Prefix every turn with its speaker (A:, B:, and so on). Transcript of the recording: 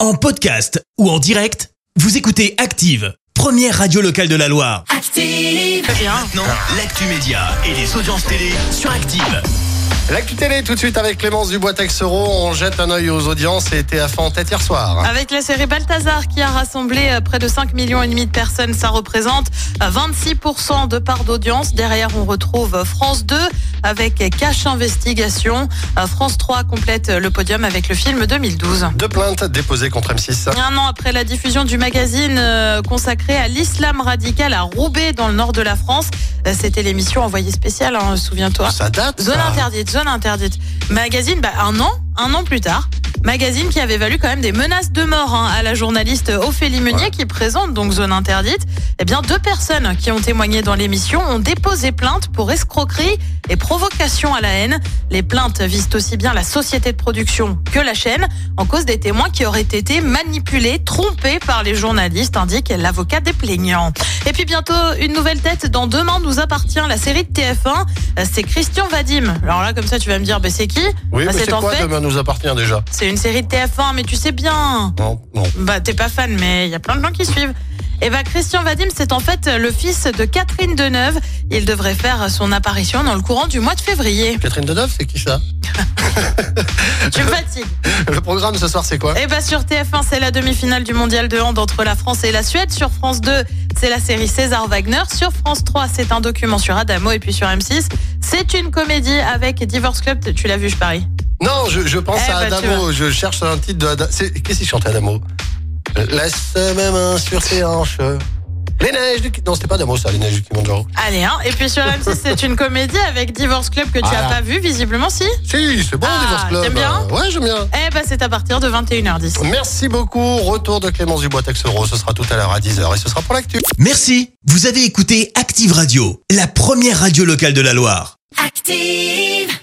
A: En podcast ou en direct, vous écoutez Active, première radio locale de la Loire.
B: Active.
A: Maintenant, l'actu média et les audiences télé sur Active.
C: L'actu télé tout de suite avec Clémence Dubois-Texero. On jette un œil aux audiences et TF1 en tête hier soir.
D: Avec la série Balthazar qui a rassemblé euh, près de 5 millions et demi de personnes, ça représente euh, 26% de part d'audience. Derrière, on retrouve euh, France 2 avec Cash Investigation. Euh, France 3 complète euh, le podium avec le film 2012.
C: Deux plaintes déposées contre M6.
D: Un an après la diffusion du magazine euh, consacré à l'islam radical à Roubaix dans le nord de la France, euh, c'était l'émission envoyée spéciale, hein, souviens-toi.
C: Ça date. Ah. ça.
D: Zone interdite, zone interdite. Magazine, bah, un an, un an plus tard. Magazine qui avait valu quand même des menaces de mort hein, à la journaliste Ophélie Meunier qui présente donc Zone Interdite. Eh bien, deux personnes qui ont témoigné dans l'émission ont déposé plainte pour escroquerie et provocation à la haine. Les plaintes visent aussi bien la société de production que la chaîne en cause des témoins qui auraient été manipulés, trompés par les journalistes, indique l'avocat des plaignants. Et puis bientôt, une nouvelle tête dans Demain nous appartient, la série de TF1. Euh, C'est Christian Vadim. Alors là, comme ça, tu vas me dire, bah, c'est qui
C: Oui,
D: Bah,
C: mais c'est
D: en
C: quoi
D: fait,
C: demain nous appartient déjà
D: c'est une série de TF1, mais tu sais bien.
C: Non, non.
D: Bah, t'es pas fan, mais il y a plein de gens qui suivent. Et bah, Christian Vadim, c'est en fait le fils de Catherine Deneuve. Il devrait faire son apparition dans le courant du mois de février.
C: Catherine Deneuve, c'est qui ça
D: Tu me fatigues.
C: Le programme ce soir, c'est quoi
D: Et bah, sur TF1, c'est la demi-finale du mondial de hand entre la France et la Suède. Sur France 2, c'est la série César Wagner. Sur France 3, c'est un document sur Adamo. Et puis sur M6, c'est une comédie avec Divorce Club. Tu l'as vu, je parie.
C: Non, je, je pense
D: Eh
C: à
D: bah, tu
C: Adamo. Je cherche un titre de Adamo. Qu'est-ce qu'il chante Adamo Euh, Laisse mes mains sur tes hanches. Les neiges du. Non, c'était pas Adamo, ça, les neiges du Kilimanjaro.
D: Allez, hein. Et puis sur M6, c'est une comédie avec Divorce Club que tu
C: Voilà.
D: as pas vu, visiblement, si.
C: Si, c'est bon,
D: Ah,
C: Divorce Club.
D: t'aimes bien
C: Euh, Ouais, j'aime bien.
D: Eh ben, c'est à partir de 21h10.
C: Merci beaucoup. Retour de Clémence Dubois-Texero. Ce sera tout à l'heure à 10h et ce sera pour l'actu.
A: Merci, vous avez écouté Active Radio, la première radio locale de la Loire.
B: Active.